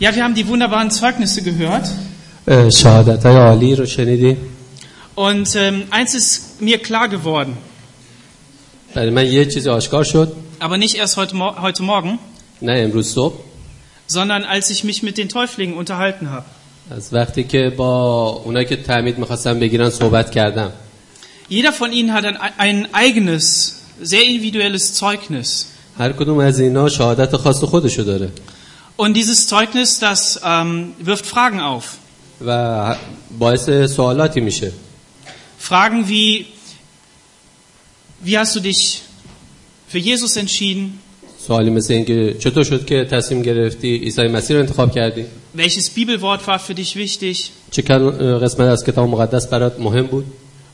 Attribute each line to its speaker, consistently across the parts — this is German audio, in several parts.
Speaker 1: Ja, wir haben die wunderbaren Zeugnisse gehört.
Speaker 2: شهادت های عالی رو شنیدیم
Speaker 1: Und ähm, eins ist mir klar geworden,
Speaker 2: برای من یه چیزی آشکار شد
Speaker 1: aber nicht erst heute, Mo- heute Morgen,
Speaker 2: نه امروز صبح
Speaker 1: sondern als ich mich mit den Täuflingen unterhalten habe.
Speaker 2: از وقتی که با اونایی که تعمید میخواستم بگیرن صحبت کردم
Speaker 1: Jeder von ihnen hat ein, ein eigenes, sehr individuelles Zeugnis.
Speaker 2: هر کدوم از اینا شهادت خاص خودشو داره
Speaker 1: Und dieses Zeugnis, das ähm, wirft Fragen auf.
Speaker 2: و باعث سوالاتی میشه
Speaker 1: Fragen wie, wie hast du dich für Jesus entschieden?
Speaker 2: سوالی مثل اینکه چطور شد که تصمیم گرفتی عیسی مسیح رو انتخاب کردی
Speaker 1: Welches Bibelwort war für dich wichtig?
Speaker 2: چه کل- قسمت از کتاب مقدس برات مهم بود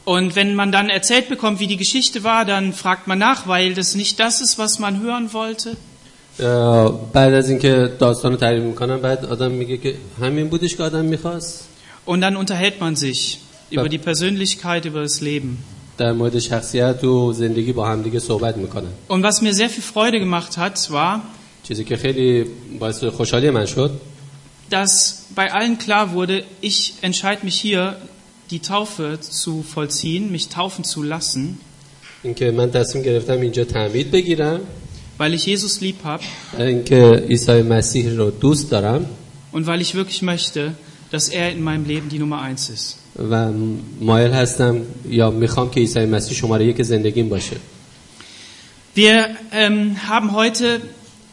Speaker 1: Und wenn man dann erzählt bekommt, wie die Geschichte war, dann fragt man nach, weil das nicht das ist, was man hören wollte.
Speaker 2: اه، بعد از اینکه داستان رو تعریف میکنم بعد آدم میگه که همین بودش که آدم میخواست
Speaker 1: Und dann unterhält man sich über
Speaker 2: Ja.
Speaker 1: die Persönlichkeit, über das Leben.
Speaker 2: در مورد شخصیت و زندگی با همدیگه صحبت میکنن
Speaker 1: Und was mir sehr viel Freude gemacht hat, war,
Speaker 2: چیزی که خیلی باعث خوشحالی من شد
Speaker 1: dass bei allen klar wurde, ich entscheide mich hier, die Taufe zu vollziehen, mich taufen zu lassen,
Speaker 2: اینکه من تصمیم گرفتم اینجا تعمید بگیرم
Speaker 1: weil ich Jesus lieb habe
Speaker 2: اینکه عیسی مسیح رو دوست دارم
Speaker 1: und weil ich wirklich möchte, dass er in meinem Leben die Nummer eins ist.
Speaker 2: و مایل هستم یا میخوام که عیسی مسیح شماره یک زندگیم باشه
Speaker 1: Wir ähm, haben heute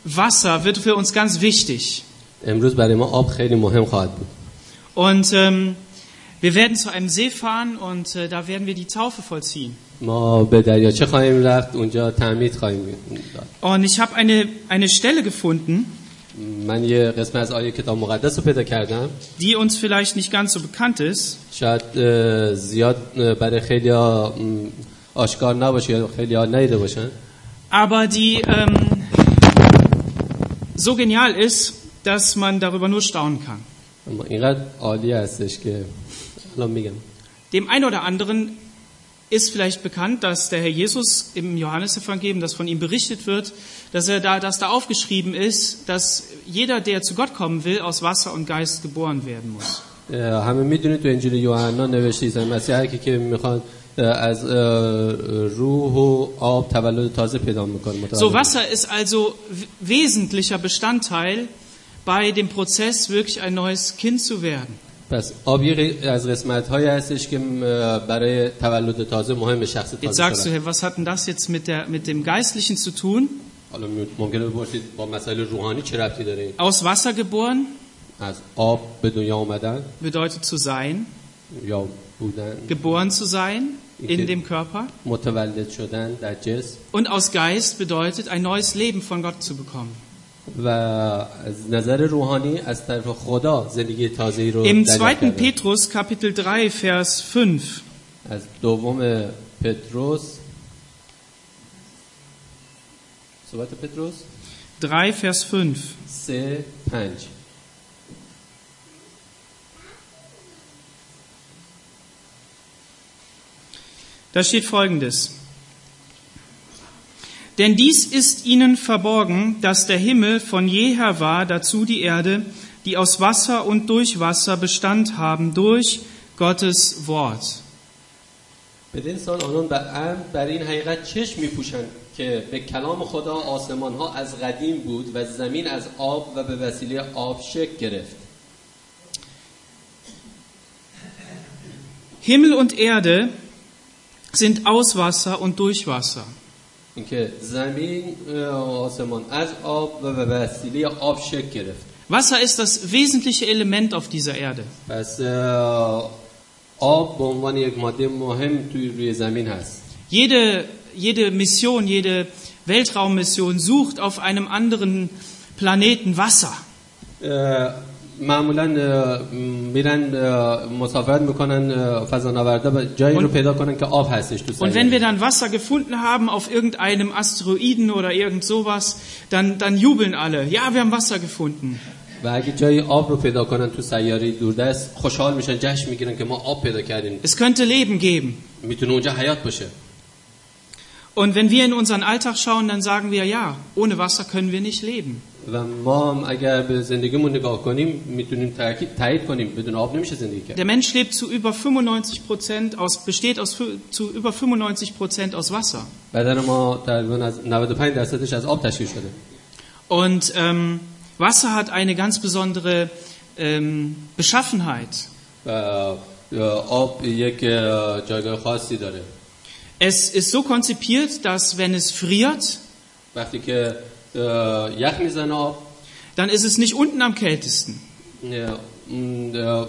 Speaker 1: Wasser, wird für uns ganz wichtig.
Speaker 2: امروز برای ما آب خیلی مهم خواهد بود
Speaker 1: Und ähm, wir werden zu einem See fahren und äh, da werden wir die Taufe vollziehen.
Speaker 2: ما به دریاچه خواهیم رفت اونجا تعمید خواهیم داد
Speaker 1: Und ich habe eine, eine Stelle gefunden,
Speaker 2: من یه قسمت از آیه کتاب مقدس رو پیدا کردم
Speaker 1: die uns vielleicht nicht ganz so bekannt ist.
Speaker 2: شاید اه، زیاد اه، برای خیلی آشکار نباشه یا خیلی ها نیده باشن
Speaker 1: aber die ähm, so genial ist, dass man darüber nur staunen kann.
Speaker 2: اما اینقدر عالی هستش که الان میگم
Speaker 1: Dem einen oder anderen ist vielleicht bekannt, dass der Herr Jesus im Johannesevangelium, dass von ihm berichtet wird, dass er da, dass da aufgeschrieben ist, dass jeder, der zu Gott kommen will, aus Wasser und Geist geboren werden muss.
Speaker 2: اه، همه میدونید تو انجیل یوحنا نوشته عیسی مسیح هر کی که میخواد از اه، روح و آب تولد تازه پیدا میکنه
Speaker 1: So Wasser ist also w- wesentlicher Bestandteil bei dem Prozess, wirklich ein neues Kind zu werden.
Speaker 2: پس آب یه قی- از قسمت هایی هستش که م، برای تولد تازه مهم شخص
Speaker 1: Jetzt
Speaker 2: تازه
Speaker 1: sagst du,
Speaker 2: شدن.
Speaker 1: Herr, was hat denn das jetzt mit, der, mit dem Geistlichen zu tun?
Speaker 2: حالا می- ممکنه بپرسید با مسائل روحانی چه ربطی داره این؟
Speaker 1: Aus Wasser geboren
Speaker 2: از آب به دنیا آمدن
Speaker 1: bedeutet zu sein,
Speaker 2: یا بودن
Speaker 1: geboren zu sein in dem Körper.
Speaker 2: متولد شدن در جسم
Speaker 1: Und aus Geist bedeutet ein neues Leben von Gott zu bekommen.
Speaker 2: و از نظر روحانی از طرف خدا زندگی تازه‌ای رو
Speaker 1: Im 2.
Speaker 2: دریافت کردن.
Speaker 1: Petrus Kapitel 3 Vers 5
Speaker 2: از دوم پتروس صحبت پتروس
Speaker 1: 3 Vers 5
Speaker 2: سه پنج
Speaker 1: Da steht folgendes. Denn dies ist ihnen verborgen, dass der Himmel von jeher war, dazu die Erde, die aus Wasser und durch Wasser Bestand haben, durch Gottes Wort.
Speaker 2: بدین سال آنان بر امر بر این حقیقت چشم میپوشند که به کلام خدا آسمان ها از قدیم بود و زمین از آب و به وسیله آب شکل گرفت
Speaker 1: Himmel und Erde sind aus Wasser und durch Wasser.
Speaker 2: اینکه زمین اه، آسمان از آب و به وسیله آب شکل گرفت
Speaker 1: Wasser ist das wesentliche Element auf dieser Erde.
Speaker 2: پس اه، آب به عنوان یک ماده مهم توی روی زمین هست
Speaker 1: Jede, jede Mission, jede Weltraummission sucht auf einem anderen Planeten Wasser.
Speaker 2: اه، معمولا اه، م، میرن اه، مسافرت میکنن اه، فضانورده و جایی رو پیدا کنن که آب هستش تو
Speaker 1: Und wenn wir
Speaker 2: سیاره
Speaker 1: dann Wasser gefunden haben auf irgendeinem Asteroiden oder irgend sowas, dann, dann jubeln alle. Ja, wir haben Wasser gefunden.
Speaker 2: و اگه جایی آب رو پیدا کنن تو سیاره دوردست خوشحال میشن جشن میگیرن که ما آب پیدا کردیم
Speaker 1: Es könnte Leben geben.
Speaker 2: میتونه اونجا حیات باشه
Speaker 1: Und wenn wir in unseren Alltag schauen, dann sagen wir, ja, ohne Wasser können wir nicht leben.
Speaker 2: و ما هم اگر به زندگیمون نگاه کنیم میتونیم تأکید- تایید کنیم بدون آب نمیشه زندگی کرد
Speaker 1: Der Mensch lebt zu über 95 Prozent aus, besteht aus, fü- zu über 95 Prozent aus Wasser.
Speaker 2: بدن ما تقریبا از 95 درصدش از آب تشکیل شده
Speaker 1: Und ähm, Wasser hat eine ganz besondere ähm, Beschaffenheit.
Speaker 2: و اه، آب یک اه، جایگاه خاصی داره
Speaker 1: Es ist so konzipiert, dass wenn es friert,
Speaker 2: وقتی که اه، یخ میزنه آب
Speaker 1: dann ist es nicht unten am kältesten.
Speaker 2: اه، م، اه،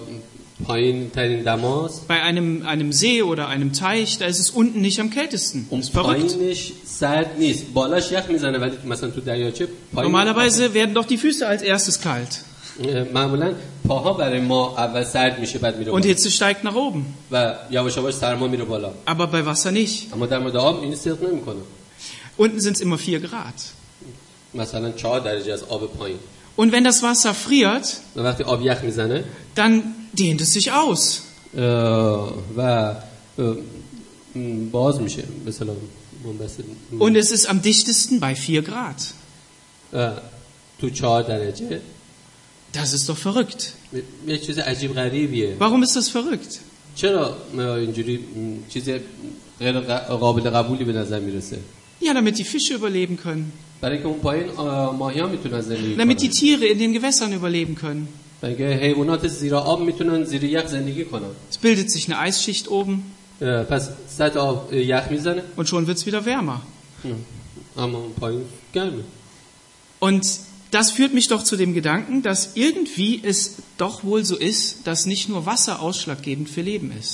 Speaker 2: پایین ترین دماست
Speaker 1: Bei einem, einem See oder einem Teich, da ist es unten nicht am kältesten.
Speaker 2: اون
Speaker 1: ist verrückt.
Speaker 2: پایینش سرد نیست بالاش یخ میزنه ولی مثلا تو دریاچه پایین
Speaker 1: خب، Normalerweise werden doch die Füße als erstes kalt.
Speaker 2: اه، معمولا پاها برای ما اول سرد میشه بعد میره
Speaker 1: Und
Speaker 2: بالا
Speaker 1: Hitze steigt nach oben.
Speaker 2: و یواش یواش سرما میره بالا
Speaker 1: Aber bei Wasser nicht.
Speaker 2: اما در مورد آب این صدق نمیکنه
Speaker 1: Unten sind es immer 4 Grad.
Speaker 2: مثلا 4 درجه از آب پایین
Speaker 1: Und wenn das Wasser friert,
Speaker 2: و وقتی آب یخ میزنه
Speaker 1: dann dehnt es sich aus.
Speaker 2: و اه، م، باز میشه به سلام منبسط
Speaker 1: Und es ist am dichtesten bei 4 Grad.
Speaker 2: اه، تو 4 درجه
Speaker 1: Das ist doch verrückt.
Speaker 2: م، یه چیز عجیب غریبیه
Speaker 1: Warum ist das verrückt?
Speaker 2: چرا ما اینجوری م، چیز غیر ق- قابل قبولی به نظر میرسه
Speaker 1: Ja, damit die Fische überleben können.
Speaker 2: برای اینکه اون پایین آه، ماهی ها میتونن زندگی کنن
Speaker 1: Damit die Tiere in den Gewässern überleben können.
Speaker 2: برای اینکه حیوانات زیر آب میتونن زیر یخ زندگی کنن
Speaker 1: Es bildet sich eine Eisschicht oben
Speaker 2: اه، پس سطح آب اه، یخ میزنه
Speaker 1: und schon wird's wieder wärmer.
Speaker 2: اما اون پایین گرمه
Speaker 1: Und das führt mich doch zu dem Gedanken, dass irgendwie es doch wohl so ist, dass nicht nur Wasser ausschlaggebend für Leben ist.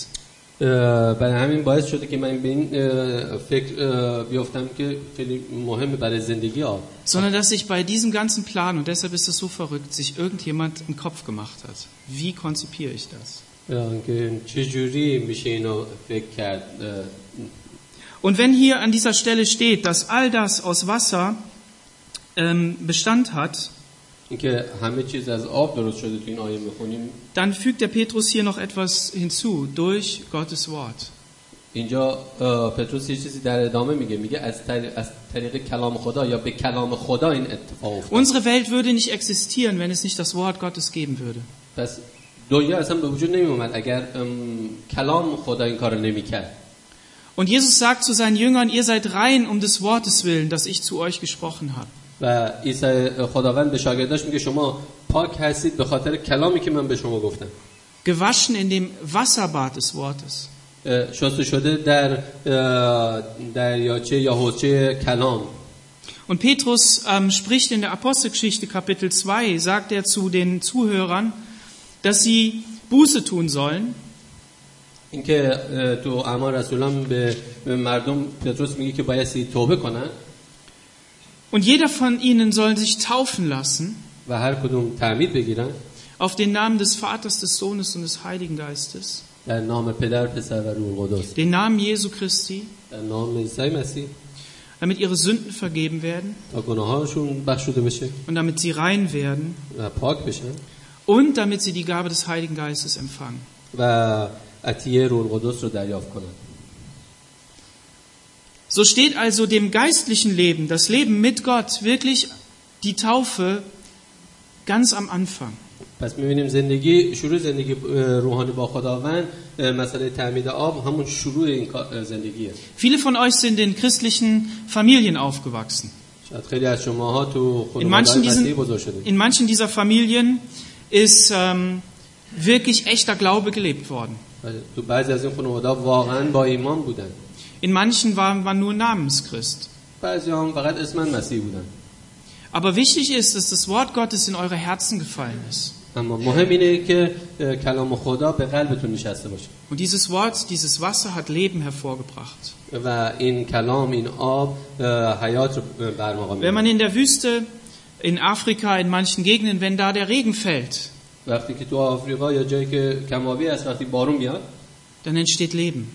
Speaker 2: اه، برای همین باعث شده که من به این اه، فکر اه، بیفتم که خیلی مهمه برای زندگی آب
Speaker 1: sondern dass sich bei diesem ganzen Plan, und deshalb ist es so verrückt, sich irgendjemand im Kopf gemacht hat. Wie konzipiere ich das?
Speaker 2: اه، که چجوری میشه اینو فکر کرد اه،
Speaker 1: Und wenn hier an dieser Stelle steht, dass all das aus Wasser ähm, Bestand hat,
Speaker 2: اینکه همه چیز از آب درست شده تو این آیه میخونیم
Speaker 1: dann fügt der Petrus hier noch etwas hinzu durch Gottes Wort.
Speaker 2: اینجا اه، پتروس یه چیزی در ادامه میگه میگه از, طریق- از طریق کلام خدا یا به کلام خدا این اتفاق افتاد
Speaker 1: Unsere Welt würde nicht existieren, wenn es nicht das Wort Gottes geben würde.
Speaker 2: پس دنیا اصلا به وجود نمیومد اگر ام، کلام خدا این کارو نمیکرد
Speaker 1: Und Jesus sagt zu seinen Jüngern, ihr seid rein um des Wortes willen, das ich zu euch gesprochen habe.
Speaker 2: و عیسی خداوند به شاگرداش میگه شما پاک هستید به خاطر کلامی که من به شما گفتم
Speaker 1: Gewaschen in dem Wasserbad des Wortes.
Speaker 2: اه، شسته شده در اه، دریاچه یا حوچه کلام
Speaker 1: Und Petrus ähm, spricht in der Apostelgeschichte Kapitel 2, sagt er zu den Zuhörern, dass sie Buße tun sollen,
Speaker 2: اینکه اه، تو اعمال رسولان به به مردم پتروس میگه که بایستی توبه کنن
Speaker 1: und jeder von ihnen soll sich taufen lassen
Speaker 2: و هر کدوم تعمید بگیرن
Speaker 1: auf den Namen des Vaters, des Sohnes und des Heiligen Geistes,
Speaker 2: در نام پدر پسر و روح قدس
Speaker 1: den Namen Jesu Christi,
Speaker 2: در نام عیسی مسیح
Speaker 1: damit ihre Sünden vergeben werden
Speaker 2: تا گناهانشون بخشوده بشه
Speaker 1: und damit sie rein werden
Speaker 2: و پاک بشن
Speaker 1: und damit sie die Gabe des Heiligen Geistes empfangen.
Speaker 2: و عطیه روح قدس رو دریافت کنن
Speaker 1: So steht also dem geistlichen Leben, das Leben mit Gott, wirklich die Taufe ganz am Anfang.
Speaker 2: پس میبینیم زندگی شروع زندگی اه، روحانی با خداوند اه، مسئله تعمید آب همون شروع این کار- اه، زندگیه
Speaker 1: Viele von euch sind in christlichen Familien aufgewachsen.
Speaker 2: شاید خیلی از شماها تو
Speaker 1: In manchen,
Speaker 2: خانواده مسیحی
Speaker 1: diesen,
Speaker 2: بزرگ شده
Speaker 1: in manchen dieser Familien ist ähm, wirklich echter Glaube gelebt worden.
Speaker 2: تو بعضی از این خانواده واقعا با ایمان بودن
Speaker 1: In manchen war man nur Namenschrist.
Speaker 2: بعضی هم فقط اسمن مسیح بودن
Speaker 1: Aber wichtig ist, dass das Wort Gottes in eure Herzen gefallen ist.
Speaker 2: اما مهم اینه که اه، کلام خدا به قلبتون نشسته باشه
Speaker 1: Und dieses Wort, dieses Wasser hat Leben hervorgebracht.
Speaker 2: و این کلام این آب اه، حیات رو برمقام
Speaker 1: Wenn man in der Wüste, in Afrika, in manchen Gegenden, wenn da der Regen fällt,
Speaker 2: وقتی که تو آفریقا یا جایی که کمابی هست وقتی بارون میاد
Speaker 1: dann entsteht Leben.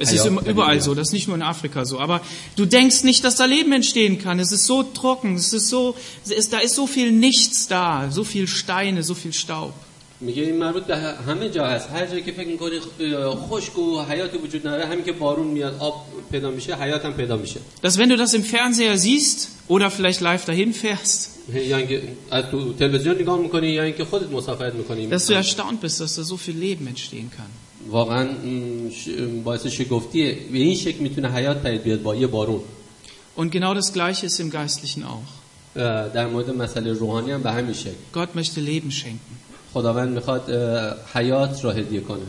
Speaker 1: Es
Speaker 2: Ah,
Speaker 1: ist
Speaker 2: ja,
Speaker 1: immer,
Speaker 2: kann
Speaker 1: überall
Speaker 2: ich,
Speaker 1: so,
Speaker 2: ja.
Speaker 1: das ist nicht nur in Afrika so. Aber du denkst nicht, dass da Leben entstehen kann. Es ist so trocken, es ist so, es ist, da ist so viel Nichts da, so viel Steine, so viel Staub.
Speaker 2: میگه این مربوط به همه جا هست هر جایی که فکر میکنی خشک و حیاتی وجود نداره همین که بارون میاد آب پیدا میشه حیات هم پیدا میشه
Speaker 1: Dass wenn du das im Fernseher siehst oder vielleicht live dahin fährst,
Speaker 2: یا اینکه از تو تلویزیون نگاه میکنی یا اینکه خودت مسافرت میکنی
Speaker 1: dass du erstaunt bist, dass da so viel Leben entstehen kann.
Speaker 2: واقعا م، ش- باعث شگفتیه به این شکل میتونه حیات پدید بیاد با یه بارون
Speaker 1: Und genau das Gleiche ist im Geistlichen auch.
Speaker 2: اه، در مورد مسئله روحانی هم به همین شکل
Speaker 1: Gott möchte Leben schenken.
Speaker 2: خداوند میخواد حیات را هدیه کنه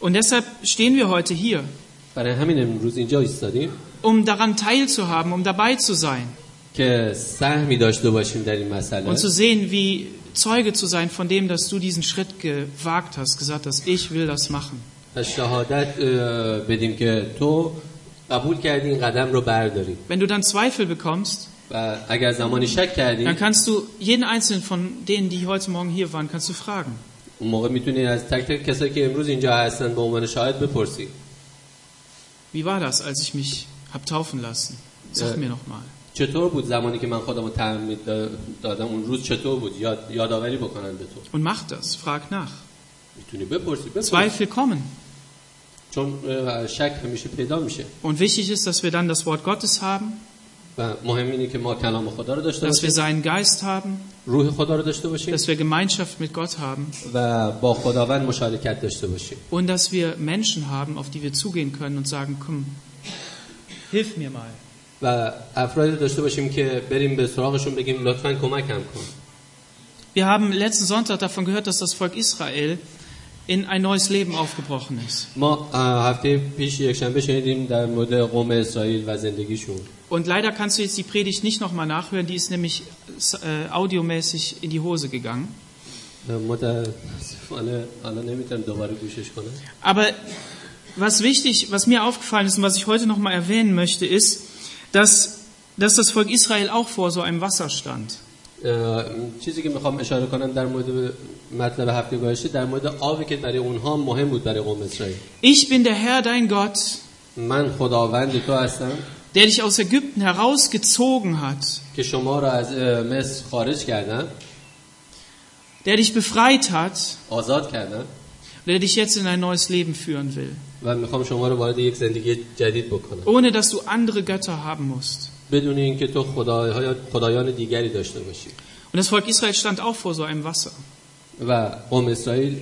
Speaker 1: Und deshalb stehen wir heute hier,
Speaker 2: برای همین امروز اینجا ایستادیم
Speaker 1: um daran teilzuhaben, um dabei zu sein
Speaker 2: که سهمی داشته باشیم در این مسئله
Speaker 1: und zu sehen, wie Zeuge zu sein von dem, dass du diesen Schritt gewagt hast, gesagt hast, ich will das machen.
Speaker 2: و شهادت اه، بدیم که تو قبول کردی این قدم رو برداری
Speaker 1: Wenn du dann Zweifel bekommst,
Speaker 2: و اگر زمانی شک کردی
Speaker 1: dann kannst du jeden einzelnen von denen, die heute Morgen hier waren, kannst du fragen.
Speaker 2: اون موقع میتونی از تک تک کسایی که امروز اینجا هستن به عنوان شاهد بپرسی
Speaker 1: Wie war das, als ich mich hab taufen lassen? Sag
Speaker 2: Ja.
Speaker 1: mir noch mal.
Speaker 2: چطور بود زمانی که من خودم رو تعمید دا- دادم اون روز چطور بود یاد یادآوری بکنن به تو
Speaker 1: Und mach das, frag nach.
Speaker 2: میتونی بپرسی بپرسی
Speaker 1: Zweifel kommen.
Speaker 2: چون اه، شک همیشه پیدا میشه
Speaker 1: Und wichtig ist, dass wir dann das Wort Gottes haben,
Speaker 2: و مهم اینه که ما کلام خدا رو داشته
Speaker 1: dass
Speaker 2: باشیم
Speaker 1: wir seinen Geist haben,
Speaker 2: روح خدا رو داشته باشیم
Speaker 1: dass wir Gemeinschaft mit Gott haben
Speaker 2: و با خداوند مشارکت داشته باشیم
Speaker 1: und dass wir Menschen haben, auf die wir zugehen können und sagen, komm, hilf mir mal.
Speaker 2: و افرادی رو داشته باشیم که بریم به سراغشون بگیم لطفا کمکم کن
Speaker 1: Wir haben letzten Sonntag davon gehört, dass das Volk Israel in ein neues Leben aufgebrochen ist.
Speaker 2: ما اه، هفته پیش یکشنبه شنیدیم در مورد قوم اسرائیل و زندگیشون
Speaker 1: Und leider kannst du jetzt die Predigt nicht nochmal nachhören, die ist nämlich äh, audiomäßig in die Hose gegangen.
Speaker 2: اه، متاسفانه الان نمیتونم دوباره گوشش کنم
Speaker 1: Aber was wichtig, was mir aufgefallen ist und was ich heute nochmal erwähnen möchte, ist, dass, dass das Volk Israel auch vor so einem Wasser stand.
Speaker 2: اه، چیزی که میخوام اشاره کنم در مورد مطلب هفته گذشته در مورد آبی که برای اونها مهم بود برای قوم اسرائیل
Speaker 1: Ich bin der Herr, dein Gott,
Speaker 2: من خداوند تو هستم
Speaker 1: der dich aus Ägypten herausgezogen hat,
Speaker 2: که شما را از اه، مصر خارج کردم
Speaker 1: der dich befreit hat,
Speaker 2: آزاد کردم
Speaker 1: der dich jetzt in ein neues Leben führen will,
Speaker 2: و میخوام شما رو وارد یک زندگی جدید بکنم
Speaker 1: ohne dass du andere Götter haben musst.
Speaker 2: بدون اینکه تو خدایهای- خدایان دیگری داشته باشی
Speaker 1: Und das Volk Israel stand auch vor so einem Wasser.
Speaker 2: و قوم اسرائیل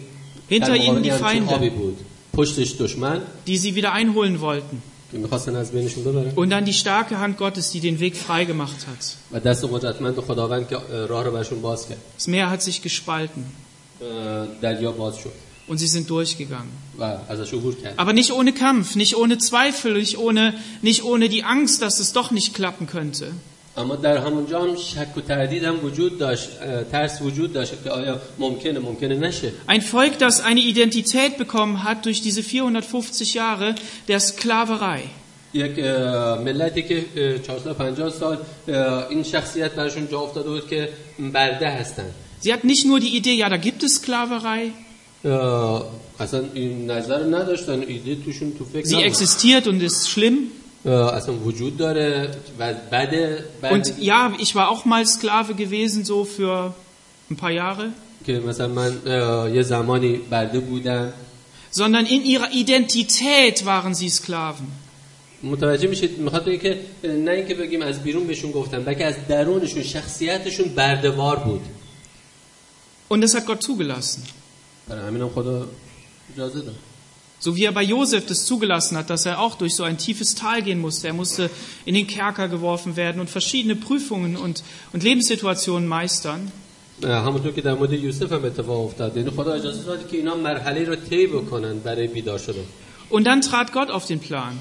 Speaker 1: Hinter
Speaker 2: در
Speaker 1: ihnen
Speaker 2: مقابل
Speaker 1: die
Speaker 2: همچین آبی
Speaker 1: Feinde,
Speaker 2: بود پشتش دشمن
Speaker 1: die sie wieder einholen wollten.
Speaker 2: که میخواستن از بینشون ببرن
Speaker 1: Und dann die starke Hand Gottes, die den Weg frei gemacht hat.
Speaker 2: و دست قدرتمند خداوند که اه، راه رو برشون باز کرد
Speaker 1: Das Meer hat sich gespalten.
Speaker 2: اه، دریا باز شد
Speaker 1: Und sie sind durchgegangen.
Speaker 2: و ازش عبور کرد
Speaker 1: Aber nicht ohne Kampf, nicht ohne Zweifel, nicht ohne, nicht ohne die Angst, dass es doch nicht klappen könnte.
Speaker 2: اما در همونجا هم شک و تردید هم وجود داشت اه، ترس وجود داشت که آیا ممکنه ممکنه نشه
Speaker 1: Ein Volk, das eine Identität bekommen hat durch diese 450 Jahre der Sklaverei.
Speaker 2: یک اه، ملتی که اه، 450 سال اه، این شخصیت برشون جا افتاده بود که برده هستن
Speaker 1: Sie hat nicht nur die Idee, ja, da gibt es Sklaverei,
Speaker 2: اه، اصلا این نظر رو نداشتن ایده توشون تو فکر
Speaker 1: sie
Speaker 2: نبود.
Speaker 1: existiert und ist schlimm.
Speaker 2: اه، اصلا وجود داره و بده بده
Speaker 1: Und ja, ich war auch mal Sklave gewesen, so für ein paar Jahre.
Speaker 2: که مثلا من اه، یه زمانی برده بودم
Speaker 1: Sondern in ihrer Identität waren sie Sklaven.
Speaker 2: متوجه میشید میخواد بگه که اه، نه اینکه بگیم از بیرون بهشون گفتم بلکه از درونشون شخصیتشون بردهوار بود
Speaker 1: Und das hat Gott zugelassen.
Speaker 2: برای همینم خدا اجازه داد
Speaker 1: So wie er bei Josef das zugelassen hat, dass er auch durch so ein tiefes Tal gehen musste. Er musste in den Kerker geworfen werden und verschiedene Prüfungen und, und Lebenssituationen meistern.
Speaker 2: اه، همونطور که در مورد یوسف هم اتفاق افتاد یعنی خدا اجازه داد که اینا مرحله رو طی بکنن برای بیدار شدن
Speaker 1: Und dann trat Gott auf den Plan.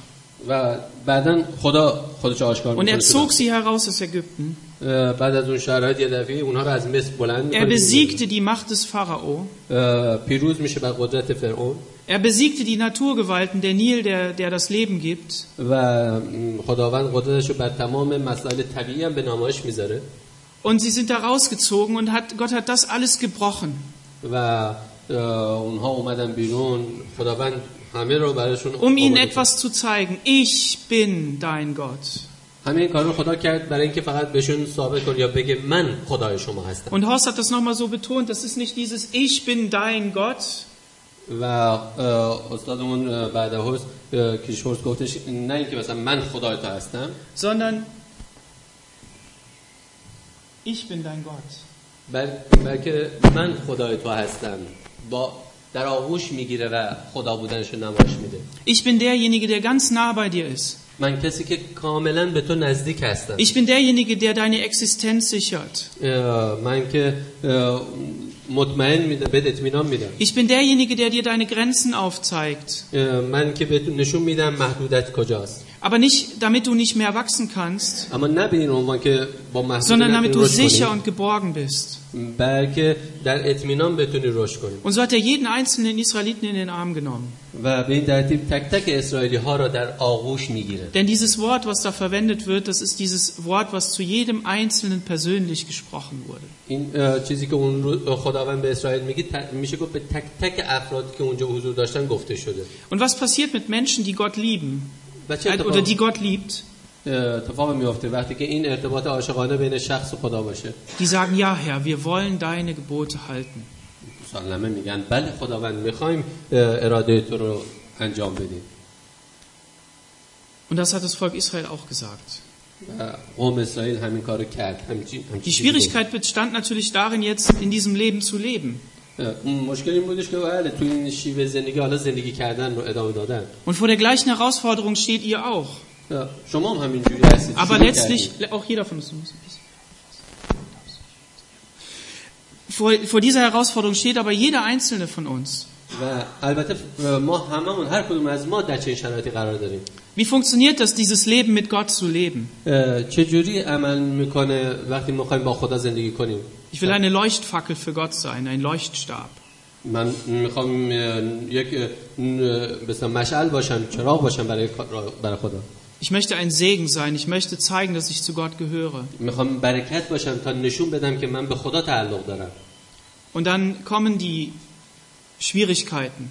Speaker 2: و بعدا خدا خودش آشکار
Speaker 1: Und er
Speaker 2: می‌کنه که
Speaker 1: zog sie heraus aus Ägypten.
Speaker 2: اه، بعد از اون شرایط یه دفعه اونها رو از مصر بلند
Speaker 1: Er
Speaker 2: می‌کنه.
Speaker 1: besiegte die Macht des Pharao.
Speaker 2: اه، پیروز میشه بر قدرت فرعون
Speaker 1: Er besiegte die Naturgewalten, der Nil, der, der das Leben gibt.
Speaker 2: و م، خداوند قدرتش رو بر تمام مسائل طبیعی هم به نمایش میذاره
Speaker 1: Und sie sind da rausgezogen und hat, Gott hat das alles gebrochen.
Speaker 2: و اه، اونها اومدن بیرون خداوند همه رو براشون
Speaker 1: Um ihnen
Speaker 2: آماده کرد.
Speaker 1: etwas zu zeigen. Ich bin dein Gott.
Speaker 2: همین کار رو خدا کرد برای اینکه فقط بهشون ثابت کنه یا بگه من خدای شما هستم
Speaker 1: Und Horst hat das nochmal so betont, das ist nicht dieses Ich bin dein Gott,
Speaker 2: و اه، استادمون اه، بعد هست کریشورس گفتش نه اینکه مثلا من خدای تو هستم
Speaker 1: sondern ich bin dein Gott.
Speaker 2: بل- بلکه من خدای تو هستم با در آغوش میگیره و خدا بودنش رو نمایش میده
Speaker 1: Ich bin derjenige, der ganz nah bei dir ist.
Speaker 2: من کسی که کاملا به تو نزدیک هستم
Speaker 1: Ich bin derjenige, der deine Existenz sichert.
Speaker 2: اه، من که اه، مطمئن میده بهت اطمینان میدم
Speaker 1: Ich bin derjenige, der dir deine Grenzen aufzeigt.
Speaker 2: اه، من که بهت نشون میدم محدودت کجاست
Speaker 1: Aber nicht, damit du nicht mehr wachsen kannst,
Speaker 2: اما نه به این عنوان که با
Speaker 1: sondern damit
Speaker 2: محدودیت
Speaker 1: du
Speaker 2: رشد
Speaker 1: sicher
Speaker 2: کنی
Speaker 1: und geborgen bist.
Speaker 2: بلکه در اطمینان بتونی رشد کنی
Speaker 1: Und so hat er jeden einzelnen Israeliten in den Arm genommen.
Speaker 2: و به این ترتیب تک تک اسرائیلی ها را در آغوش میگیره
Speaker 1: Denn dieses Wort, was da verwendet wird, das ist dieses Wort, was zu jedem Einzelnen persönlich gesprochen wurde.
Speaker 2: این اه، چیزی که اون روز خداوند به اسرائیل میگه ت- میشه گفت به تک تک افراد که اونجا حضور داشتن گفته شده
Speaker 1: Und was passiert mit Menschen, die Gott lieben
Speaker 2: و چه
Speaker 1: äh, oder
Speaker 2: اتفاق,
Speaker 1: die Gott liebt?
Speaker 2: اه، اتفاق میفته وقتی که این ارتباط عاشقانه بین شخص و خدا باشه
Speaker 1: Die sagen, ja Herr, wir wollen deine Gebote halten.
Speaker 2: سالمه میگن بله خداوند میخوایم اراده تو رو انجام بدیم
Speaker 1: Und das hat das Volk Israel auch gesagt.
Speaker 2: و قوم اسرائیل همین کارو کرد همچین همچین
Speaker 1: Die
Speaker 2: چیزی گفت.
Speaker 1: Schwierigkeit bestand natürlich darin, jetzt in diesem Leben zu leben.
Speaker 2: اه، اون مشکل این بودش که بله تو این شیوه زندگی حالا زندگی کردن رو ادامه دادن
Speaker 1: Und vor der gleichen Herausforderung steht ihr auch.
Speaker 2: اه، شما هم همینجوری هستید
Speaker 1: Aber
Speaker 2: شروع
Speaker 1: letztlich,
Speaker 2: کردید.
Speaker 1: auch jeder von uns. Vor, vor dieser Herausforderung steht aber jeder Einzelne von uns.
Speaker 2: و البته اه، ما هممون هر کدوم از ما در چه شرایطی قرار داریم
Speaker 1: Wie funktioniert das, dieses Leben mit Gott zu leben?
Speaker 2: اه، چه جوری عمل میکنه وقتی میخوایم با خدا زندگی کنیم
Speaker 1: Ich will eine Leuchtfackel für Gott sein, ein Leuchtstab.
Speaker 2: من میخوام یک اه، اه، مثلا مشعل باشم چراغ باشم برای کار- برای خدا
Speaker 1: Ich möchte ein Segen sein. Ich möchte zeigen, dass ich zu Gott gehöre.
Speaker 2: میخوام برکت باشم تا نشون بدم که من به خدا تعلق دارم
Speaker 1: Und dann kommen die Schwierigkeiten,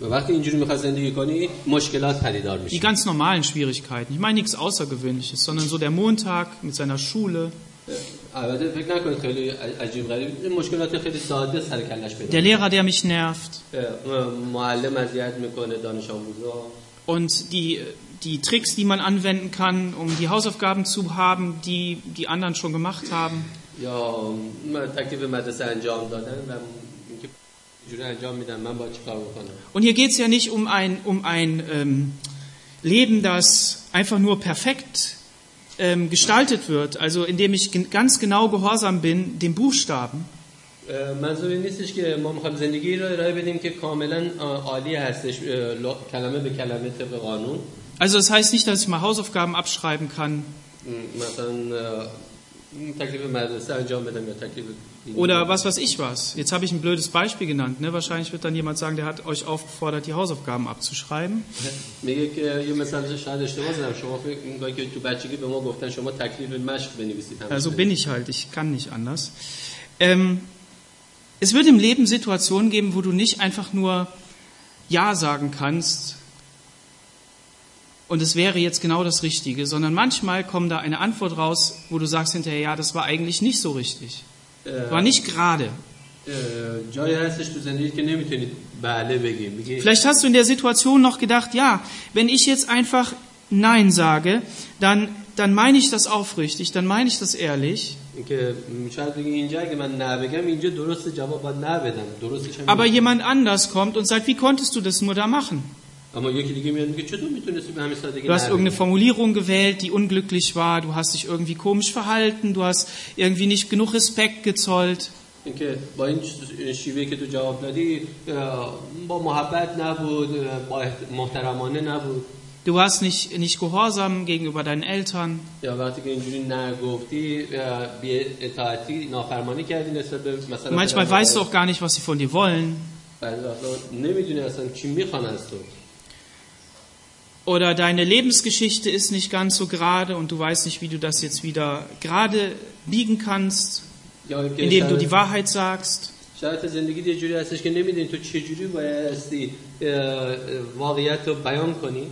Speaker 2: و وقتی اینجوری میخوای زندگی کنی مشکلات پدیدار
Speaker 1: die
Speaker 2: میشه
Speaker 1: ganz normalen Schwierigkeiten. Ich meine nichts Außergewöhnliches, sondern so der Montag mit seiner Schule,
Speaker 2: البته فکر نکنید خیلی عجیب غریب این مشکلات خیلی ساده سر کلش پیدا
Speaker 1: der Lehrer, der mich nervt
Speaker 2: میشه. اه، معلم اذیت میکنه دانش آموزا
Speaker 1: und die, die Tricks, die man anwenden kann, um die Hausaufgaben zu haben, die die anderen schon gemacht haben.
Speaker 2: یا من تکلیف مدرسه انجام دادن و اینکه اینجوری انجام میدم من با چیکار بکنم
Speaker 1: Und hier geht es ja nicht um ein, um ein ähm, Leben, das einfach nur perfekt ähm, gestaltet wird, also indem ich gen- ganz genau gehorsam bin, dem Buchstaben,
Speaker 2: اه، منظور این نیستش که ما میخوایم زندگی رو ارائه بدیم که کاملا اه، عالی هستش اه، لا- کلمه به کلمه طبق قانون
Speaker 1: Also das heißt nicht, dass ich mal Hausaufgaben abschreiben kann
Speaker 2: م، مثلا اه، تکلیف مدرسه انجام بدم یا تکلیف دینی.
Speaker 1: oder was weiß ich was. Jetzt habe ich ein blödes Beispiel genannt. Ne? Wahrscheinlich wird dann jemand sagen, der hat euch aufgefordert, die Hausaufgaben abzuschreiben.
Speaker 2: میگه که یه مثلا شاید اشتباه زدم شما فکر می‌کنید که تو بچگی به ما گفتن شما تکلیف مشق بنویسید
Speaker 1: Ja, so bin ich halt, ich kann nicht anders. Ähm, es wird im Leben Situationen geben, wo du nicht einfach nur Ja sagen kannst und es wäre jetzt genau das Richtige, sondern manchmal kommt da eine Antwort raus, wo du sagst hinterher, ja, das war eigentlich nicht so richtig. War
Speaker 2: اه،
Speaker 1: nicht gerade.
Speaker 2: اه، جایی هستش تو زندگی که نمیتونید بله بگی میگی
Speaker 1: Vielleicht hast du in der Situation noch gedacht, ja, wenn ich jetzt einfach Nein sage, dann, dann meine ich das aufrichtig, dann meine ich das ehrlich.
Speaker 2: که م، شاید بگی اینجا اگه من نه بگم اینجا درست جواب باید نه بدم درستش هم
Speaker 1: Aber
Speaker 2: اینه.
Speaker 1: jemand anders kommt und sagt, wie konntest du das nur da machen?
Speaker 2: اما یکی دیگه میاد میگه چطور میتونستی به همین سادگی
Speaker 1: Du hast
Speaker 2: نه
Speaker 1: irgendeine
Speaker 2: بگی؟
Speaker 1: Formulierung gewählt, die unglücklich war, du hast dich irgendwie komisch verhalten, du hast irgendwie nicht genug Respekt gezollt.
Speaker 2: اینکه با این ش- شیوه که تو جواب دادی اه، با محبت نبود اه، با احت- محترمانه نبود
Speaker 1: Du warst nicht, nicht gehorsam gegenüber deinen Eltern.
Speaker 2: یا وقتی که اینجوری نگفتی بی اطاعتی نافرمانی کردی نسبت به مثلا
Speaker 1: Manchmal weißt du auch gar nicht, was sie von dir wollen.
Speaker 2: بعضی وقتا نمیدونی اصلا چی میخوان از تو
Speaker 1: Oder deine Lebensgeschichte ist nicht ganz so gerade und du weißt nicht, wie du das jetzt wieder gerade biegen kannst,
Speaker 2: یا اینکه
Speaker 1: indem du die
Speaker 2: شرایط-
Speaker 1: Wahrheit sagst.
Speaker 2: شرایط زندگی یه جوری هستش که نمیدونی تو چه جوری بایستی اه، اه، واقعیت رو بیان کنی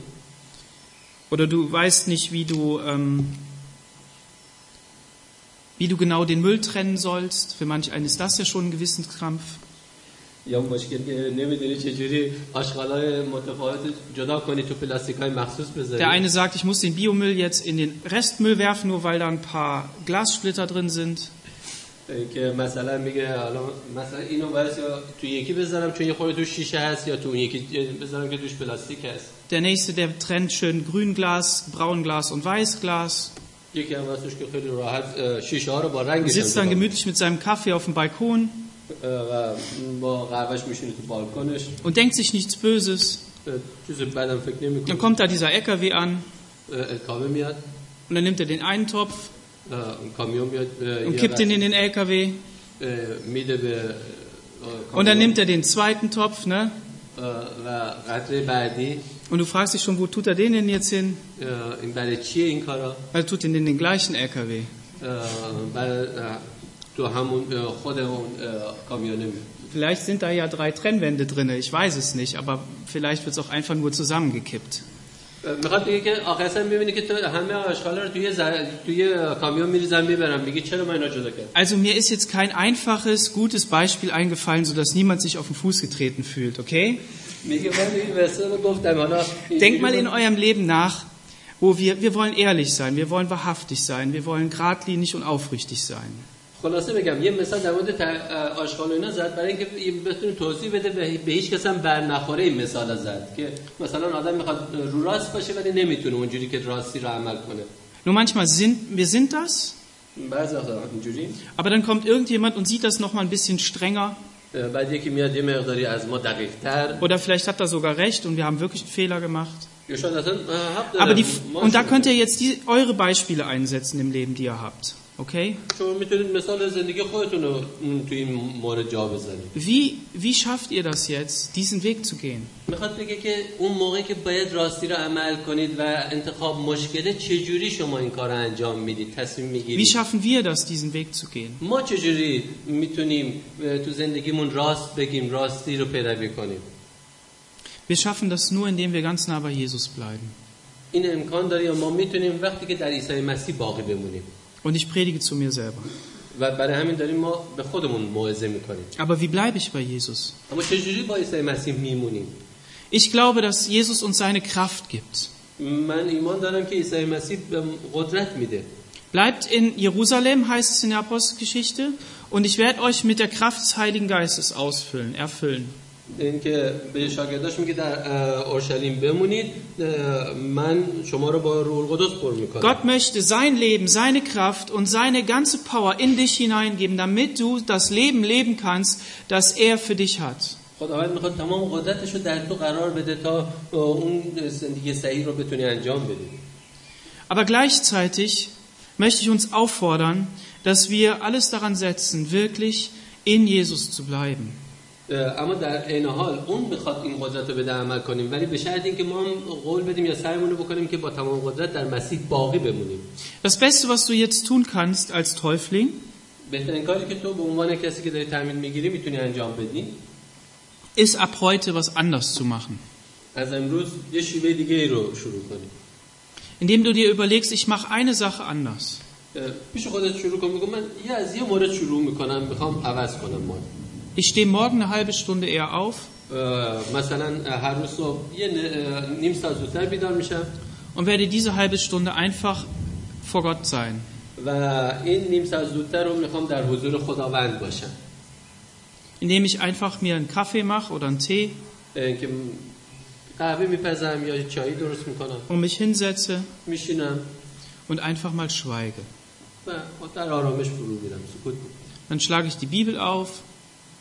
Speaker 1: Oder du weißt nicht, wie du ähm, wie du genau den Müll trennen sollst. Für manch einen ist das ja schon ein Gewissenskrampf.
Speaker 2: یا مشکل که نمیدونی چجوری آشغالای متفاوت جدا کنی تو پلاستیکای مخصوص بذاری
Speaker 1: Der eine sagt, ich muss den Biomüll jetzt in den Restmüll werfen, nur weil da ein paar Glassplitter drin sind.
Speaker 2: که مثلا میگه حالا مثلا اینو باید یا تو یکی بذارم چون یه خورده توش شیشه هست یا تو اون یکی بذارم که توش پلاستیک هست
Speaker 1: Der nächste, der trennt schön Grünglas, Braunglas und Weißglas.
Speaker 2: یکی هم هستش که خیلی راحت اه، شیشه ها رو با رنگ
Speaker 1: Sitzt dann gemütlich mit seinem Kaffee auf dem Balkon
Speaker 2: و با قهوهش میشینه تو بالکنش
Speaker 1: und denkt sich nichts Böses.
Speaker 2: اه، چیز بعدم فکر
Speaker 1: Dann
Speaker 2: نمیکنه
Speaker 1: kommt da dieser LKW an
Speaker 2: کامی میاد
Speaker 1: und dann nimmt er den einen Topf
Speaker 2: اه، کامیون میاد اه،
Speaker 1: und
Speaker 2: یه
Speaker 1: kippt ihn
Speaker 2: وقت،
Speaker 1: in den LKW
Speaker 2: اه، میده به اه،
Speaker 1: und dann
Speaker 2: کامیون.
Speaker 1: nimmt er den zweiten Topf, ne?
Speaker 2: اه، و قطعه بعدی
Speaker 1: Und du fragst dich schon, wo tut er den denn jetzt hin?
Speaker 2: اه، این برای چیه این کارا
Speaker 1: Er tut ihn in den gleichen LKW.
Speaker 2: اه، برای اه، تو همون اه، خود اون اه، کامیونه میاد
Speaker 1: Vielleicht sind da ja drei Trennwände drin, ich weiß es nicht, aber vielleicht wird es auch einfach nur zusammengekippt.
Speaker 2: میخواد بگه که آخر سر میبینی که تو همه آشغالا رو توی زر... توی کامیون میریزن میبرن میگه چرا من اینا جدا کردم
Speaker 1: Also mir ist jetzt kein einfaches, gutes Beispiel eingefallen, sodass niemand sich auf den Fuß getreten fühlt, okay?
Speaker 2: میگه من این مثال رو گفتم حالا
Speaker 1: Denkt mal in eurem Leben nach, wo wir, wir wollen ehrlich sein, wir wollen wahrhaftig sein, wir wollen geradlinig und aufrichtig sein.
Speaker 2: خلاصه بگم یه مثال در مورد ت- آشغال و اینا زد برای اینکه این بتونه توضیح بده به به هیچ کس هم بر نخوره این مثال رو زد که مثلا آدم میخواد رو راست باشه ولی نمیتونه اونجوری که راستی رو عمل کنه
Speaker 1: Nur manchmal sind wir sind das,
Speaker 2: بعضی وقتا اینجوری
Speaker 1: aber dann kommt irgendjemand und sieht das noch mal ein bisschen strenger
Speaker 2: بعد یکی میاد یه مقداری از ما دقیق تر
Speaker 1: oder vielleicht hat er sogar recht und wir haben wirklich einen Fehler gemacht.
Speaker 2: یا شاید اصلا اه، حق داره.
Speaker 1: Aber die,
Speaker 2: ما
Speaker 1: und da
Speaker 2: شده.
Speaker 1: könnt ihr jetzt die, eure Beispiele einsetzen im Leben, die ihr habt. Okay?
Speaker 2: شما میتونید مثال زندگی خودتون رو م، توی این مورد جا بزنید
Speaker 1: Wie, wie schafft ihr das jetzt, diesen Weg zu gehen?
Speaker 2: میخواد بگه که اون موقعی که باید راستی رو عمل کنید و انتخاب مشکله چجوری شما این کار رو انجام میدید تصمیم
Speaker 1: Wie
Speaker 2: میگیرید
Speaker 1: schaffen wir das, diesen Weg zu gehen?
Speaker 2: ما چجوری میتونیم تو زندگیمون راست بگیم راستی رو پیروی کنیم
Speaker 1: Wir schaffen das nur, indem wir ganz nah bei Jesus bleiben.
Speaker 2: این امکان داره یا ما میتونیم وقتی که در عیسی مسیح باقی بمونیم
Speaker 1: Und ich predige zu mir selber.
Speaker 2: و برای همین داریم ما به خودمون موعظه میکنیم
Speaker 1: Aber wie bleibe ich bei Jesus?
Speaker 2: اما چجوری با عیسی مسیح میمونیم
Speaker 1: Ich glaube, dass Jesus uns seine Kraft gibt.
Speaker 2: من ایمان دارم که عیسی مسیح به قدرت میده
Speaker 1: Bleibt in Jerusalem, heißt es in der Apostelgeschichte, und ich werde euch mit der Kraft des Heiligen Geistes ausfüllen, erfüllen.
Speaker 2: اینکه به شاگرداش میگه در اه، اورشلیم بمونید اه، من شما رو با روح القدس پر میکنم
Speaker 1: Gott möchte sein Leben, seine Kraft und seine ganze Power in dich hineingeben, damit du das Leben leben kannst, das er für dich hat.
Speaker 2: خداوند میخواد تمام قدرتش رو در تو قرار بده تا اه، اون زندگی صحیح رو بتونی انجام بدی
Speaker 1: Aber gleichzeitig möchte ich uns auffordern, dass wir alles daran setzen, wirklich in Jesus zu bleiben.
Speaker 2: اه، اما در عین حال اون میخواد این قدرت رو بده عمل کنیم ولی به شرط اینکه ما هم قول بدیم یا سعیمون رو بکنیم که با تمام قدرت در مسیح باقی بمونیم
Speaker 1: Das Beste, was du jetzt tun kannst als Täufling,
Speaker 2: بهترین کاری که تو به عنوان کسی که داری تمرین میگیری میتونی انجام بدی
Speaker 1: ist ab heute was anders zu machen.
Speaker 2: از امروز یه شیوه دیگه ای رو شروع کنی
Speaker 1: Indem du dir überlegst, ich mache eine Sache anders.
Speaker 2: پیش خودت شروع کن میگم من یه از یه مورد شروع میکنم میخوام عوض کنم ما
Speaker 1: Ich stehe morgen eine halbe Stunde eher auf
Speaker 2: مثلا هر روز صبح یه ن- اه، نیم ساعت زودتر بیدار میشم
Speaker 1: und werde diese halbe Stunde einfach vor Gott sein.
Speaker 2: و این نیم ساعت زودتر رو میخوام در حضور خداوند باشم
Speaker 1: indem ich einfach mir einen Kaffee mache oder einen Tee
Speaker 2: اه، که م- قهوه میپزم یا چای درست میکنم
Speaker 1: und mich hinsetze
Speaker 2: میشینم
Speaker 1: und einfach mal schweige.
Speaker 2: و در آرامش فرو میرم سکوت می‌کنم.
Speaker 1: Dann schlage ich die Bibel auf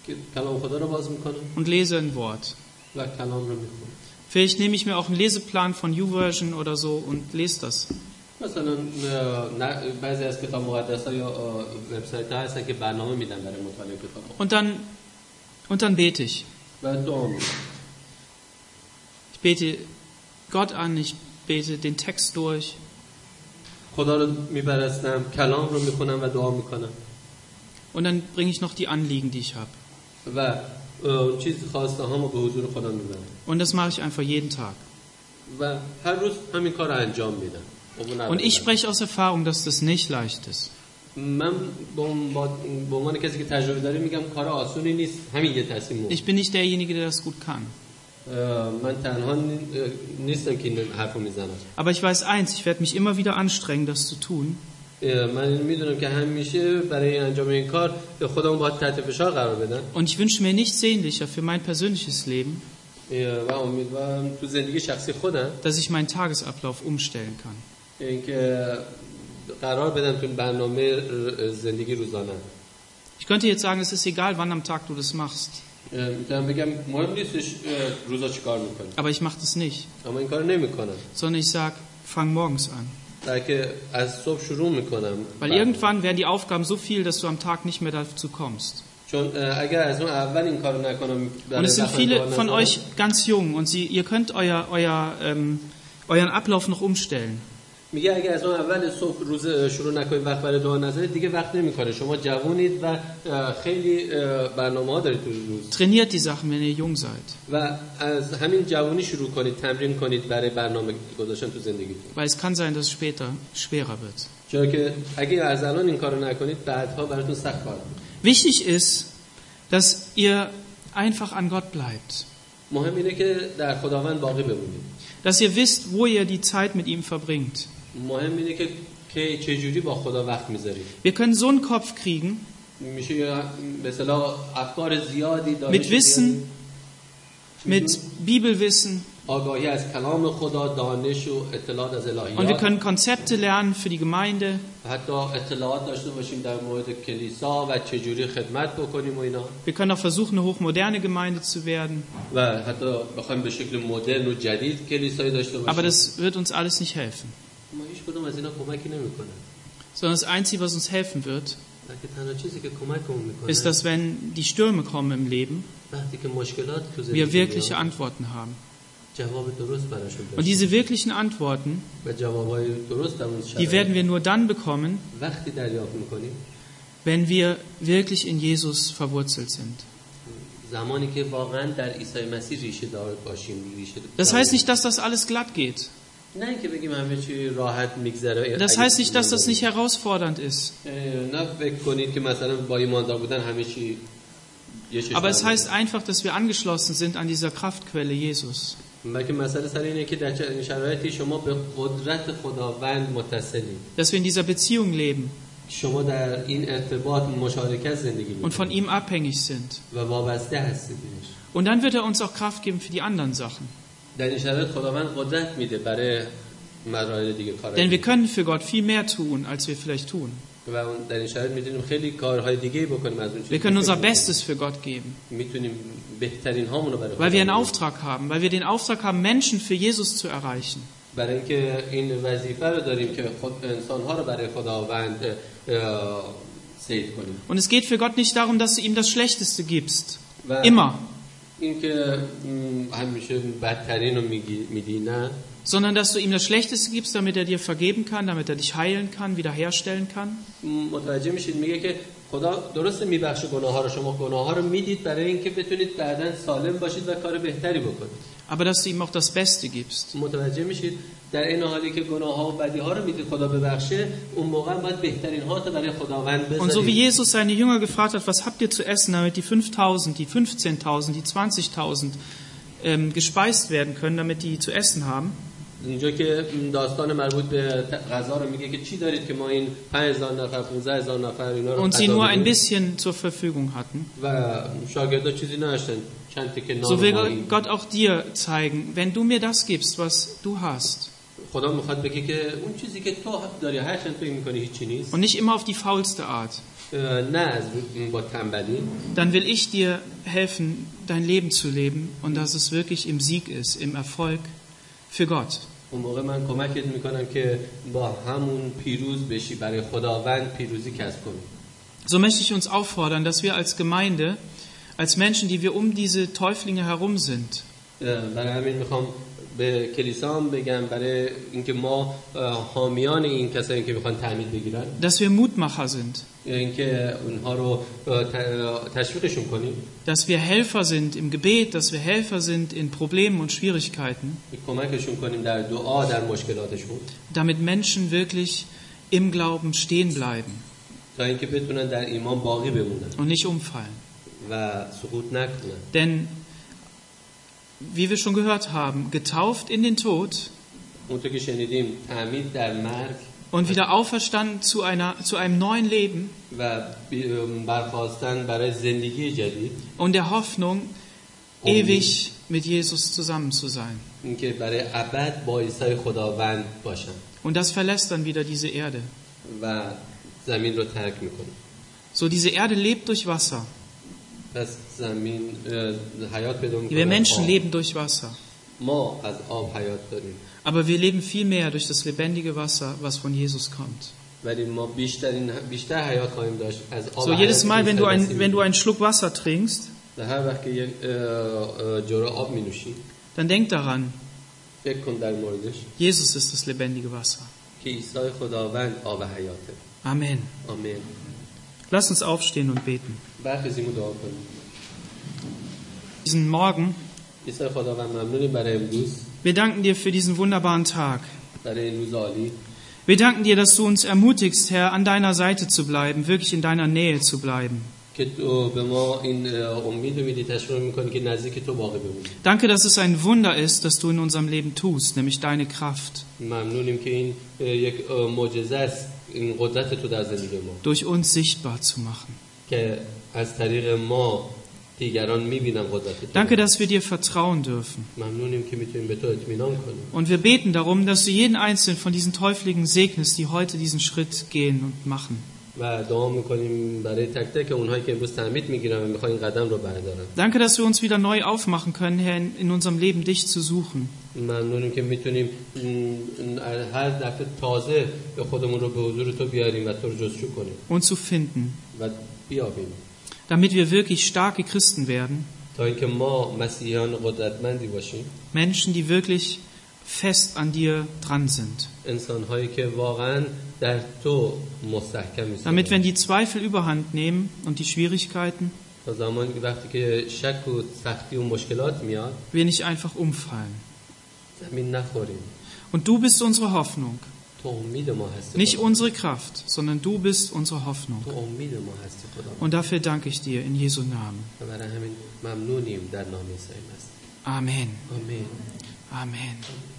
Speaker 2: که کلام خدا رو باز میکنم
Speaker 1: und lese ein Wort.
Speaker 2: و کلام رو میخونم
Speaker 1: Vielleicht nehme ich mir auch einen Leseplan von YouVersion oder so und lese das.
Speaker 2: مثلا اه، نه- بعضی از کتاب مقدس ها یا اه، وبسایت ها هستن که برنامه میدن برای مطالعه کتاب
Speaker 1: Und dann, und dann bete ich.
Speaker 2: و دعا می‌کنم.
Speaker 1: Ich bete Gott an, ich bete den Text durch.
Speaker 2: خدا رو میبرستم کلام رو میخونم و دعا میکنم
Speaker 1: Und dann bringe ich noch die Anliegen, die ich habe.
Speaker 2: و اه، اون چیز خواسته هامو به حضور خدا میبرم
Speaker 1: Und das mache ich einfach jeden Tag.
Speaker 2: و هر روز همین کار رو انجام میدم
Speaker 1: Und ich spreche aus Erfahrung, dass das nicht leicht ist.
Speaker 2: من با اون- با- به عنوان کسی که تجربه داره میگم کار آسونی نیست همین یه تصمیم بود.
Speaker 1: Ich bin nicht derjenige, der das gut kann.
Speaker 2: اه، من تنها نی- اه، نیستم که این حرف رو میزنم
Speaker 1: Aber ich weiß eins, ich werde mich immer wieder anstrengen, das zu tun.
Speaker 2: من میدونم که همیشه برای انجام این کار خودم باید تحت فشار قرار بدم
Speaker 1: Und ich wünsche mir nichts sehnlicher für mein persönliches Leben,
Speaker 2: اه، و امیدوارم تو زندگی شخصی خودم
Speaker 1: dass ich meinen Tagesablauf umstellen kann.
Speaker 2: اینکه قرار بدم تو برنامه ر- زندگی روزانه
Speaker 1: Ich könnte jetzt sagen, es ist egal, wann am Tag du das machst,
Speaker 2: میتونم بگم مهم نیستش اه، روزا چی کار میکنی
Speaker 1: aber ich mache das nicht,
Speaker 2: اما این کار نمیکنم
Speaker 1: sondern ich sage, fang morgens an.
Speaker 2: بلکه از صبح شروع میکنم
Speaker 1: Weil irgendwann werden die Aufgaben so viel, dass du am Tag nicht mehr dazu kommst.
Speaker 2: چون اه، اگر از اون اول این کارو نکنم برای
Speaker 1: Und es sind
Speaker 2: وقتم
Speaker 1: viele
Speaker 2: کار
Speaker 1: von
Speaker 2: نکنم،
Speaker 1: euch ganz jung und sie, ihr könnt euer, euer, ähm, euren Ablauf noch umstellen.
Speaker 2: میگه اگر از اون اول صبح روز اه، شروع نکنید وقت برای دعا نذارید دیگه وقت نمیکنه شما جوونید و اه، خیلی برنامه ها دارید تو روز
Speaker 1: Trainiert die Sachen, wenn ihr jung seid,
Speaker 2: و از همین جوونی شروع کنید تمرین کنید برای برنامه گذاشتن تو زندگیتون
Speaker 1: weil es kann sein, dass es später schwerer wird.
Speaker 2: چرا که اگه از الان این کارو نکنید بعدها براتون سخت کار می‌کنه.
Speaker 1: Wichtig ist, dass ihr einfach an Gott bleibt,
Speaker 2: مهم اینه که در خداوند باقی بمونید
Speaker 1: dass ihr wisst, wo ihr die Zeit mit ihm verbringt.
Speaker 2: مهم اینه که که چجوری با خدا وقت میذارید
Speaker 1: Wir können so einen Kopf kriegen
Speaker 2: میشه یه، به اصطلاح افکار زیادی دانش
Speaker 1: Mit Wissen.
Speaker 2: زیادی.
Speaker 1: mit Bibelwissen
Speaker 2: آگاهی از کلام خدا دانش و اطلاعات از
Speaker 1: und wir
Speaker 2: الهیات
Speaker 1: können Konzepte lernen für die Gemeinde.
Speaker 2: و حتی اطلاعات داشته باشیم در مورد کلیسا و چجوری خدمت بکنیم و اینا
Speaker 1: Wir können auch versuchen, eine hochmoderne Gemeinde zu werden.
Speaker 2: و حتی بخوایم به شکل مدرن و جدید کلیسایی داشته
Speaker 1: Aber
Speaker 2: باشیم
Speaker 1: das wird uns alles nicht helfen.
Speaker 2: ما هیچ کدوم از اینا کمکی نمیکنه
Speaker 1: Sondern das Einzige, was uns helfen wird,
Speaker 2: بلکه تنها چیزی که کمکمون میکنه
Speaker 1: ist, dass wenn die Stürme kommen im Leben,
Speaker 2: وقتی که مشکلات تو
Speaker 1: wir
Speaker 2: زندگی
Speaker 1: wirkliche
Speaker 2: میاد،
Speaker 1: Antworten haben.
Speaker 2: جواب درست براشون
Speaker 1: Und
Speaker 2: داشت
Speaker 1: diese wirklichen Antworten,
Speaker 2: و جوابهای درست در اون
Speaker 1: die
Speaker 2: شرایط
Speaker 1: werden wir nur dann bekommen,
Speaker 2: وقتی دریافت میکنیم
Speaker 1: wenn wir wirklich in Jesus verwurzelt sind.
Speaker 2: زمانی که واقعا در عیسی مسیح ریشه دار باشیم ریشه
Speaker 1: Das
Speaker 2: دار
Speaker 1: heißt nicht, dass das alles glatt geht.
Speaker 2: نه اینکه بگیم همه چی راحت میگذره
Speaker 1: Das heißt nicht, dass das nicht herausfordernd ist.
Speaker 2: نه فکر کنید که مثلا با ایماندار بودن همه چی یه چشم
Speaker 1: Aber es
Speaker 2: هم
Speaker 1: heißt einfach, dass wir angeschlossen sind an dieser Kraftquelle Jesus.
Speaker 2: بود. بلکه مسئله سر اینه که در چه شرایطی شما به قدرت خداوند متصلید
Speaker 1: Dass wir in dieser Beziehung leben
Speaker 2: شما در این ارتباط مشارکت زندگی
Speaker 1: und von
Speaker 2: میکنید
Speaker 1: ihm abhängig sind.
Speaker 2: و وابسته هستید بهش.
Speaker 1: Und dann wird er uns auch Kraft geben für die anderen Sachen.
Speaker 2: در این شرایط خداوند قدرت میده برای مراحل دیگه کار
Speaker 1: Denn wir können für Gott viel mehr tun, als wir vielleicht tun.
Speaker 2: و اون- در این شرایط میتونیم خیلی کارهای دیگه بکنیم از اون چیزی
Speaker 1: Wir können unser Bestes für Gott geben,
Speaker 2: میتونیم بهترین هامون رو برای
Speaker 1: weil wir einen
Speaker 2: خدا بدیم.
Speaker 1: Auftrag haben, weil wir den Auftrag haben, Menschen für Jesus zu erreichen.
Speaker 2: برای اینکه این وظیفه رو داریم که خود انسان ها رو برای خداوند اه، سید کنیم
Speaker 1: Und es geht für Gott nicht darum, dass du ihm das Schlechteste gibst.
Speaker 2: و
Speaker 1: Immer.
Speaker 2: اینکه م، همیشه بدترین رو میگی- میدی نه
Speaker 1: Sondern dass du ihm das Schlechteste gibst, damit er dir vergeben kann, damit er dich heilen kann, wiederherstellen kann.
Speaker 2: م، متوجه میشید میگه که خدا درست میبخشه گناه ها رو شما گناه ها رو میدید برای اینکه بتونید بعدا سالم باشید و کار بهتری بکنید
Speaker 1: Aber dass du ihm auch das Beste gibst.
Speaker 2: متوجه میشید در این حالی که گناه ها و بدی ها رو میدید خدا ببخشه اون موقع باید بهترین ها رو برای خداوند
Speaker 1: Und so wie
Speaker 2: بذارید
Speaker 1: Jesus seine Jünger gefragt hat, was habt ihr zu essen, damit die 5000, die 15.000, die 20.000 ähm, gespeist werden können, damit die zu essen haben,
Speaker 2: اینجا که داستان مربوط به غذا رو میگه که چی دارید که ما این 5000 نفر 15000 نفر اینا رو
Speaker 1: und sie
Speaker 2: غذا
Speaker 1: nur ein
Speaker 2: بدیم؟
Speaker 1: bisschen zur Verfügung hatten,
Speaker 2: و شاگردا چیزی نداشتن چند تکه نان
Speaker 1: so
Speaker 2: و
Speaker 1: will
Speaker 2: ماهی.
Speaker 1: Gott auch dir zeigen, wenn du mir das gibst, was du hast,
Speaker 2: خدا میخواد بگه که اون چیزی که تو داری هر چند فکر میکنی هیچی نیست
Speaker 1: und nicht immer auf die faulste Art,
Speaker 2: اه، نه از با تنبلی
Speaker 1: dann will ich dir helfen, dein Leben zu leben und dass es wirklich im Sieg ist, im Erfolg für Gott.
Speaker 2: اون موقع من کمکت میکنم که با همون پیروز بشی برای خداوند پیروزی کسب کنی
Speaker 1: So möchte ich uns auffordern, dass wir als Gemeinde, als Menschen, die wir um diese Täuflinge herum sind,
Speaker 2: اه، برای همین میخوام به کلیسا هم بگم برای اینکه ما اه، حامیان این کسایی که میخوان تعمید بگیرن
Speaker 1: dass wir Mutmacher sind,
Speaker 2: اینکه اونها رو اه، ت- تشویقشون کنیم
Speaker 1: dass wir Helfer sind im Gebet, dass wir Helfer sind in Problemen und Schwierigkeiten,
Speaker 2: کمکشون کنیم در دعا در مشکلاتشون
Speaker 1: damit Menschen wirklich im Glauben stehen bleiben.
Speaker 2: تا اینکه بتونن در ایمان باقی بمونن
Speaker 1: und nicht umfallen.
Speaker 2: و سقوط نکنن
Speaker 1: Denn, wie wir schon gehört haben, getauft in den Tod
Speaker 2: اونطور که شنیدیم تعمید در مرگ
Speaker 1: und wieder auferstanden zu, einer, zu einem neuen Leben
Speaker 2: و بی- برخواستن برای زندگی جدید
Speaker 1: und der Hoffnung, ewig mit Jesus zusammen zu sein.
Speaker 2: اینکه برای ابد با عیسی خداوند باشن
Speaker 1: Und das verlässt dann wieder diese Erde.
Speaker 2: و زمین رو ترک میکنن
Speaker 1: So, diese Erde lebt durch Wasser.
Speaker 2: پس زمین اه، حیات پیدا
Speaker 1: Wir
Speaker 2: میکنه
Speaker 1: Menschen leben durch Wasser.
Speaker 2: ما از آب حیات داریم
Speaker 1: Aber wir leben viel mehr durch das lebendige Wasser, was von Jesus kommt.
Speaker 2: ولی ما بیشترین بیشتر حیات خواهیم داشت از آب
Speaker 1: So,
Speaker 2: حیات
Speaker 1: jedes
Speaker 2: که
Speaker 1: Mal, wenn du,
Speaker 2: عیسی
Speaker 1: ein,
Speaker 2: مسیح
Speaker 1: wenn du
Speaker 2: میده.
Speaker 1: einen Schluck Wasser trinkst,
Speaker 2: و هر وقت که یک اه، اه، جرعه آب می
Speaker 1: dann denk daran,
Speaker 2: فکر کن در موردش
Speaker 1: Jesus ist das lebendige Wasser.
Speaker 2: که عیسی خداوند آب حیاته
Speaker 1: Amen.
Speaker 2: آمین
Speaker 1: Lass uns aufstehen und beten.
Speaker 2: برخیزیم و دعا کنیم
Speaker 1: Diesen Morgen,
Speaker 2: عیسی خداوند ممنونیم برای امروز
Speaker 1: wir danken dir für diesen wunderbaren Tag.
Speaker 2: برای این روز عالی
Speaker 1: Wir danken dir, dass du uns ermutigst, Herr, an deiner Seite zu bleiben, wirklich in deiner Nähe zu bleiben.
Speaker 2: که تو به ما این اه، امید رو میدی تشویق میکنی که نزدیک تو باقی بمونیم
Speaker 1: Danke, dass es ein Wunder ist, das du in unserem Leben tust, nämlich deine Kraft,
Speaker 2: ممنونیم که این اه، یک اه، معجزه است این قدرت تو در زندگی ما
Speaker 1: durch uns sichtbar zu machen.
Speaker 2: که از طریق ما دیگران میبینن قدرت تو
Speaker 1: Danke, dass wir dir vertrauen dürfen.
Speaker 2: ممنونیم که میتونیم به تو اطمینان کنیم
Speaker 1: Und wir beten darum, dass du jeden einzelnen von diesen Teufligen segnest, die heute diesen Schritt gehen und machen.
Speaker 2: و دعا میکنیم برای تک تک اونهایی که امروز تعمید میگیرن و میخوان این قدم رو بردارن
Speaker 1: Danke, dass wir uns wieder neu aufmachen können, Herr, in in unserem Leben dich zu suchen.
Speaker 2: ممنونیم که میتونیم م، هر دفعه تازه به خودمون رو به حضور تو بیاریم و تو رو جستجو کنیم
Speaker 1: und zu finden,
Speaker 2: و بیابیم
Speaker 1: damit wir wirklich starke Christen werden,
Speaker 2: تا اینکه ما مسیحیان قدرتمندی باشیم
Speaker 1: Menschen, die wirklich fest an dir dran sind.
Speaker 2: انسانهایی که واقعا در تو مستحکم
Speaker 1: Damit,
Speaker 2: میسازن
Speaker 1: wenn die Zweifel überhand nehmen und die Schwierigkeiten,
Speaker 2: تا زمانی که وقتی که شک و سختی و مشکلات میاد
Speaker 1: wir nicht einfach umfallen.
Speaker 2: زمین نخوریم
Speaker 1: Und du bist unsere Hoffnung,
Speaker 2: تو امید ما هستی
Speaker 1: nicht
Speaker 2: خدا.
Speaker 1: unsere Kraft, sondern du bist unsere Hoffnung.
Speaker 2: تو امید ما هستی خدا
Speaker 1: Und dafür danke ich dir in Jesu Namen.
Speaker 2: و برای همین ممنونیم در نام عیسی مسیح
Speaker 1: Amen.
Speaker 2: آمین
Speaker 1: Amen.